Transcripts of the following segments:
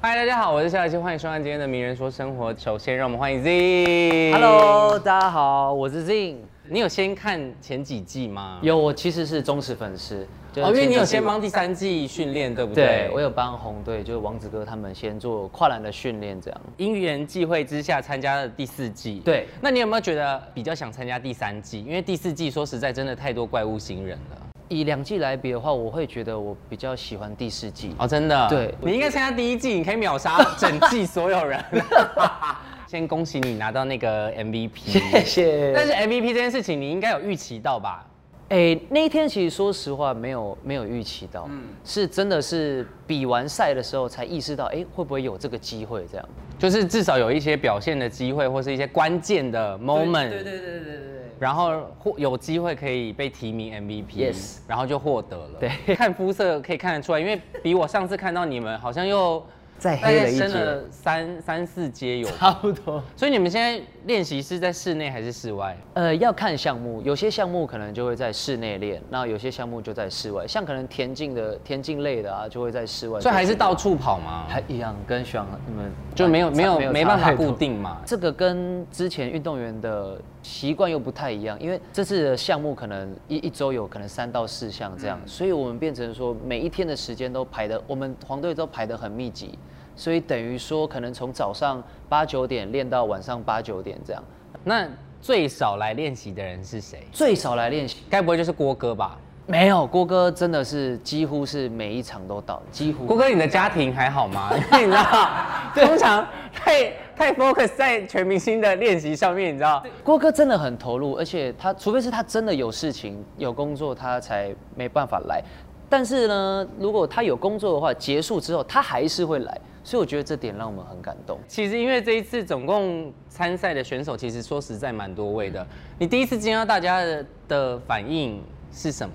嗨，大家好，我是夏小七，欢迎收看今天的《名人说生活》。首先，让我们欢迎 Z。 Hello，大家好，我是 Zin。你有先看前几季吗？有，我其实是忠实粉丝。就哦，因为你有先忙。帮第三季训练，对不对对，？我有帮红队，就是王子哥他们先做跨栏的训练，这样。因缘际会之下参加了第四季。对那你有没有觉得比较想参加第三季？因为第四季说实在真的太多怪物新人了。以两季来比的话，我会觉得我比较喜欢第四季。哦，真的。对你应该参加第一季，你可以秒杀整季所有 人。先恭喜你拿到那个 MVP。 谢谢但是 MVP 这件事情，你应该有预期到吧？ 哎、那一天其实说实话没有没有预期到，是真的是比完赛的时候才意识到，哎、会不会有这个机会这样？就是至少有一些表现的机会，或是一些关键的 moment，对对对对。然后获有机会可以被提名 MVP，、 Yes 然后就获得了。对 看肤色可以看得出来，因为比我上次看到你们好像又再大黑概了一升截，了三三四阶有吧，差不多。所以你们现在练习是在室内还是室外？呃，要看项目，有些项目可能就会在室内练，那有些项目就在室外，像可能田径的田径类的啊，就会在室外。所以还是到处跑吗？还一样，跟徐昂你们就没有差没有差没办法太多固定嘛？这个跟之前运动员的习惯又不太一样，因为这次的项目可能一一周有可能三到四项这嗯样，所以我们变成说每一天的时间都排的，我们黄队都排的很密集，所以等于说可能从早上八九点练到晚上八九点这样，那最少来练习的人是谁？最少来练习。该不会就是郭哥吧？没有，郭哥真的是几乎是每一场都到，几乎郭哥，你的家庭还好吗？因为你知道， 通常太太 focus 在全明星的练习上面，你知道，郭哥真的很投入，而且他除非是他真的有事情、有工作，他才没办法来。但是呢，如果他有工作的话，结束之后他还是会来，所以我觉得这点让我们很感动。其实因为这一次总共参赛的选手，其实说实在蛮多位的。你第一次见到大家的的反应是什么？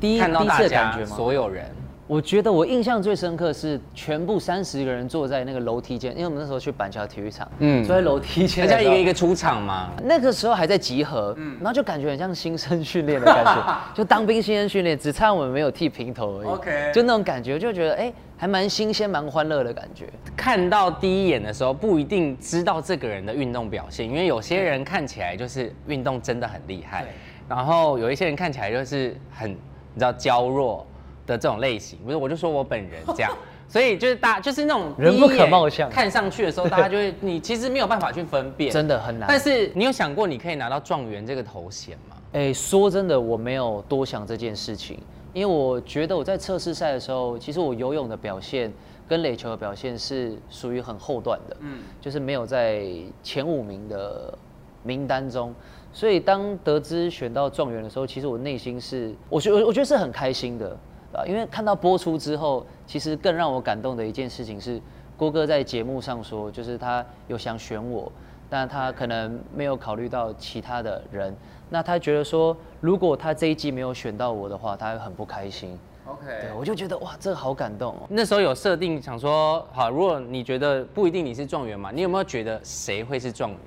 第一看到第一大次的家感觉吗？所有人，我觉得我印象最深刻是全部三十个人坐在那个楼梯间，因为我们那时候去板桥体育场，嗯嗯，坐在楼梯间大的时候，家一个一个出场嘛。那个时候还在集合，然后就感觉很像新生训练的感觉，就当兵新生训练，只差我们没有剃平头而已。 OK 就那种感觉，就觉得哎、还蛮新鲜、蛮欢乐的感觉。看到第一眼的时候，不一定知道这个人的运动表现，因为有些人看起来就是运动真的很厉害对，然后有一些人看起来就是很你知道娇弱的这种类型，不是我就说我本人 这样，所以就是大就是那种人不可貌相第一眼看上去的时候，大家就会你其实没有办法去分辨，真的很难但是你有想过你可以拿到状元这个头衔吗？哎、说真的，我没有多想这件事情，因为我觉得我在测试赛的时候，其实我游泳的表现跟垒球的表现是属于很后段的，嗯，就是没有在前五名的名单中。所以当得知选到状元的时候，其实我内心是，我觉我我觉得是很开心的啊，因为看到播出之后，其实更让我感动的一件事情是，郭哥在节目上说，就是他有想选我，但他可能没有考虑到其他的人，那他觉得说，如果他这一季没有选到我的话，他会很不开心。 OK 对，我就觉得哇，这个好感动哦。那时候有设定想说，好，如果你觉得不一定你是状元嘛，你有没有觉得谁会是状元？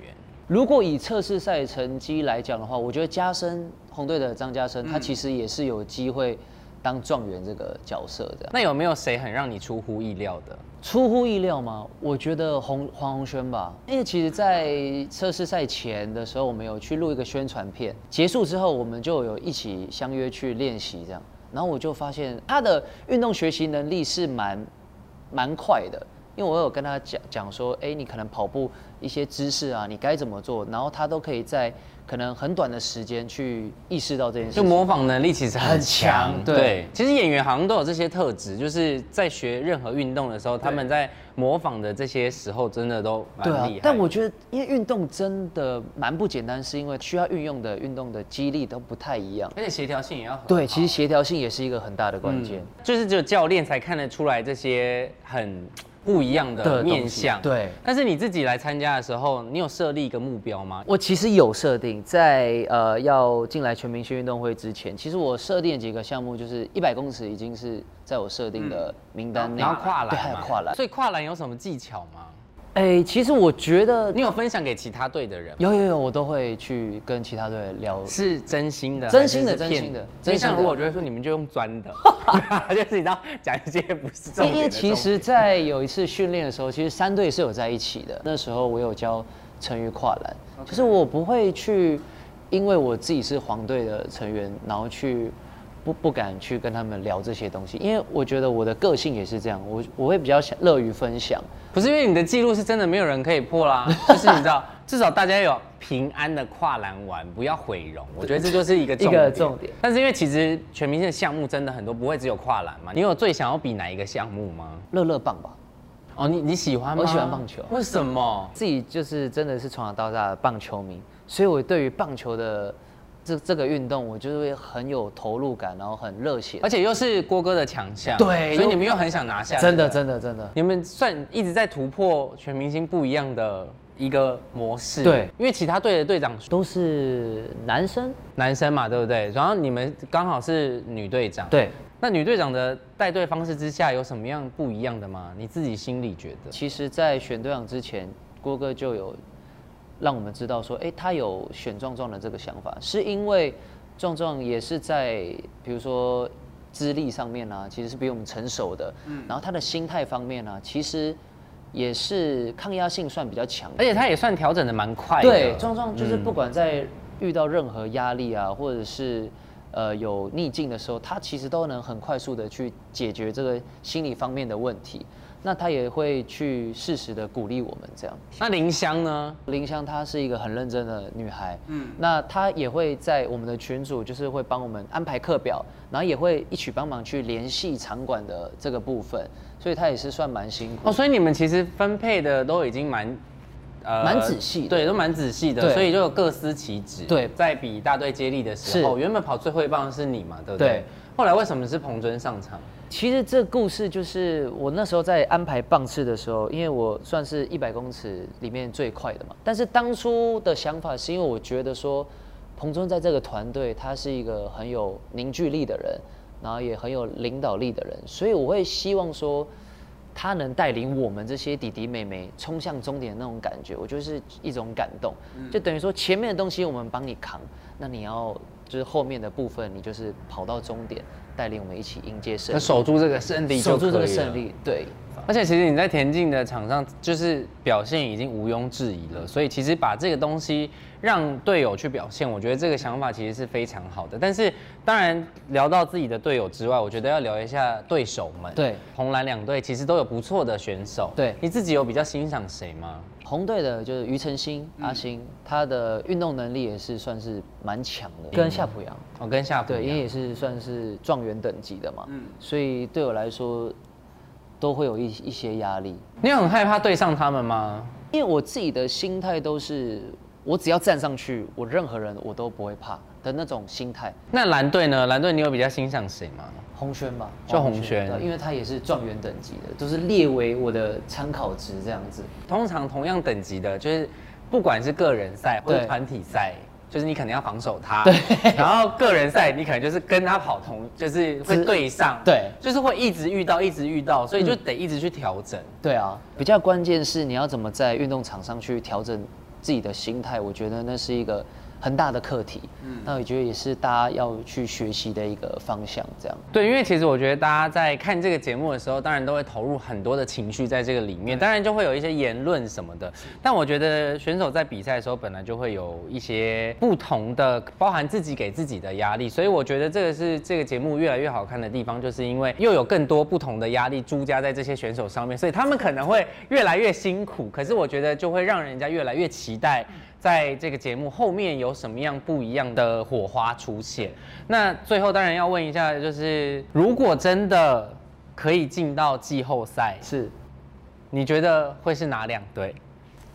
如果以测试赛成绩来讲的话，我觉得加深红队的张加深，他其实也是有机会当状元这个角色的。那有没有谁很让你出乎意料的？出乎意料吗？我觉得洪黄宏轩吧，因为其实，在测试赛前的时候，我们有去录一个宣传片，结束之后，我们就有一起相约去练习这样。然后我就发现他的运动学习能力是蛮蛮快的，因为我有跟他讲讲说，哎，你可能跑步一些姿势啊，你该怎么做，然后他都可以在可能很短的时间去意识到这件事就情。模仿能力其实很很强强，对其实演员好像都有这些特质，就是在学任何运动的时候，他们在模仿的这些时候，真的都蛮对啊厉害的。，但我觉得因为运动真的蛮不简单，是因为需要运用的运动的肌力都不太一样。而且协调性也要很对，好其实协调性也是一个很大的关键。就是只有教练才看得出来这些很不一样的的东西面相。对但是你自己来参加的时候，你有设立一个目标吗？我其实有设定，在呃要进来全明星运动会之前，其实我设定几个项目，就是一百公尺已经是在我设定的名单内，嗯哦然后跨栏嘛，对，还有跨栏。所以跨栏有什么技巧吗？哎，其实我觉得你有分享给其他队的人吗？有有有，我都会去跟其他队聊。是真心的，真心的还是是骗真心的所以真心的像如果我就会说你们就用钻 的，就是你知道讲一些不是重因点的为其实，在有一次训练的时候，其实三队是有在一起的。那时候我有教成语跨栏，就是我不会去，因为我自己是黄队的成员，然后去不不敢去跟他们聊这些东西，因为我觉得我的个性也是这样，我我会比较想乐于分享。不是因为你的记录是真的没有人可以破 啦，就是你知道，至少大家有平安的跨栏玩，不要毁容。我觉得这就是一个重一个重点。但是因为其实全明星的项目真的很多，不会只有跨栏嘛。你有最想要比哪一个项目吗？乐乐棒吧，哦，你你喜欢吗？我喜欢棒球为什么？自己就是真的是从小到大的棒球迷，所以我对于棒球的这这个运动，我就是会很有投入感，然后很热血而。且又是郭哥的强项，对所以你们又很想拿下。真对的不对真的真的，你们算一直在突破全明星不一样的一个模式。对，因为其他队的队长都是男生。男生嘛，对不对？然后你们刚好是女队长。，对，那女队长的带队方式之下有什么样不一样的吗？你自己心里觉得？其实，在选队长之前，郭哥就有让我们知道说，哎、他有选壮壮的这个想法，是因为壮壮也是在比如说资历上面啊，其实是比我们成熟的，然后他的心态方面啊，其实也是抗压性算比较强的而且他也算调整的蛮快的。对，壮壮就是不管在遇到任何压力啊，或者是呃有逆境的时候，他其实都能很快速的去解决这个心理方面的问题。那他也会去适时的鼓励我们这样。那林香呢？林香她是一个很认真的女孩，嗯，那她也会在我们的群组，就是会帮我们安排课表，然后也会一起帮忙去联系场馆的这个部分，所以她也是算蛮辛苦哦，。所以你们其实分配的都已经蛮。呃蛮仔细的对，都蛮仔细的，对所以就各司其职。对在比大队接力的时候，是原本跑最后一棒的是你嘛，对不对？对后来为什么是彭尊上场？其实这故事就是我那时候在安排棒次的时候，因为我算是一百公尺里面最快的嘛。但是当初的想法是因为我觉得说，彭尊在这个团队他是一个很有凝聚力的人，然后也很有领导力的人，所以我会希望说，他能带领我们这些弟弟妹妹冲向终点的那种感觉，我觉得是一种感动。就等于说前面的东西我们帮你扛，那你要就是后面的部分，你就是跑到终点，带领我们一起迎接胜那利，守住这个胜利，守住这个胜。利。对，而且其实你在田径的场上，就是表现已经毋庸置疑了，所以其实把这个东西让队友去表现，我觉得这个想法其实是非常好的。但是当然聊到自己的队友之外，我觉得要聊一下对手们。对，红蓝两队其实都有不错的选手。对你自己有比较欣赏谁吗？红队的就是庾澄兴、阿星，他的运动能力也是算是蛮强的，跟夏普嗯阳。我哦跟夏普对，一因样为也是算是状元等级的嘛，所以对我来说都会有一一些压力。你有很害怕对上他们吗？因为我自己的心态都是，我只要站上去，我任何人我都不会怕的那种心态。那蓝队呢？蓝队你有比较欣赏谁吗？红轩吧，就洪轩对因为他也是状元等级的，都是列为我的参考值这样子。通常同样等级的，就是不管是个人赛或者对团体赛，就是你可能要防守他，然后个人赛你可能就是跟他跑同，就是会对上，对嗯就是会一直遇到，一直遇到，所以就得一直去调整。对啊，比较关键是你要怎么在运动场上去调整自己的心态，我觉得那是一个很大的课题。嗯，那我觉得也是大家要去学习的一个方向，这样。对，因为其实我觉得大家在看这个节目的时候，当然都会投入很多的情绪在这个里面，当然就会有一些言论什么的。但我觉得选手在比赛的时候，本来就会有一些不同的，包含自己给自己的压力，所以我觉得这个是这个节目越来越好看的地方，就是因为又有更多不同的压力附加在这些选手上面，所以他们可能会越来越辛苦。可是我觉得就会让人家越来越期待。在这个节目后面有什么样不一样的火花出现？那最后当然要问一下，就是如果真的可以进到季后赛，是你觉得会是哪两队？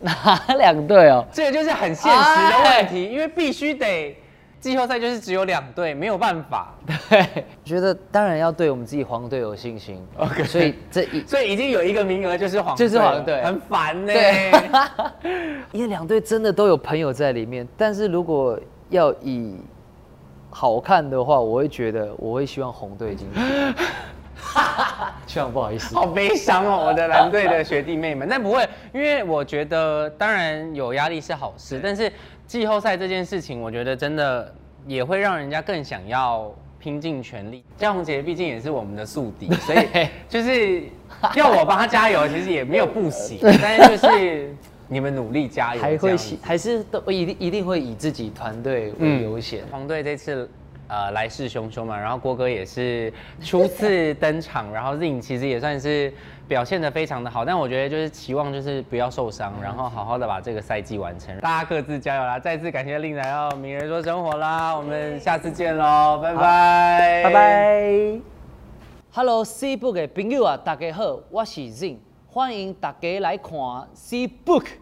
哪两队哦？这个就是很现实的问题，因为必须得季后赛就是只有两队，没有办 法，对，觉得当然要对我们自己黄队有信心。 OK 所以这一所以已经有一个名额就是黄队了，就是黄队很烦呢、对，因为两队真的都有朋友在里面，但是如果要 以好看的话，我会觉得我会希望红队进去。希望不好意 思。好悲伤哦，我的蓝队的学弟妹们。但不会，因为我觉得，当然有压力是好事，但是季后赛这件事情，我觉得真的也会让人家更想要拼尽全力。江宏杰毕竟也是我们的宿敌，所以就是要我帮他加油，其实也没有不 行，但是就是你们努力加油，还这会样喜子还是都一定一定会以自己团队为嗯优先。红队这次呃来势汹汹嘛，然后郭哥也是初次登场，然后 Zin 其实也算是表现的非常的好，但我觉得就是期望就是不要受伤，然后好好的把这个赛季完成，大家各自加油啦！再次感谢令来到名人说生活啦，我们下次见喽，拜拜，拜。拜。Hello C Book 的朋友啊，大家好，我是 Zin，欢迎大家来看 C Book。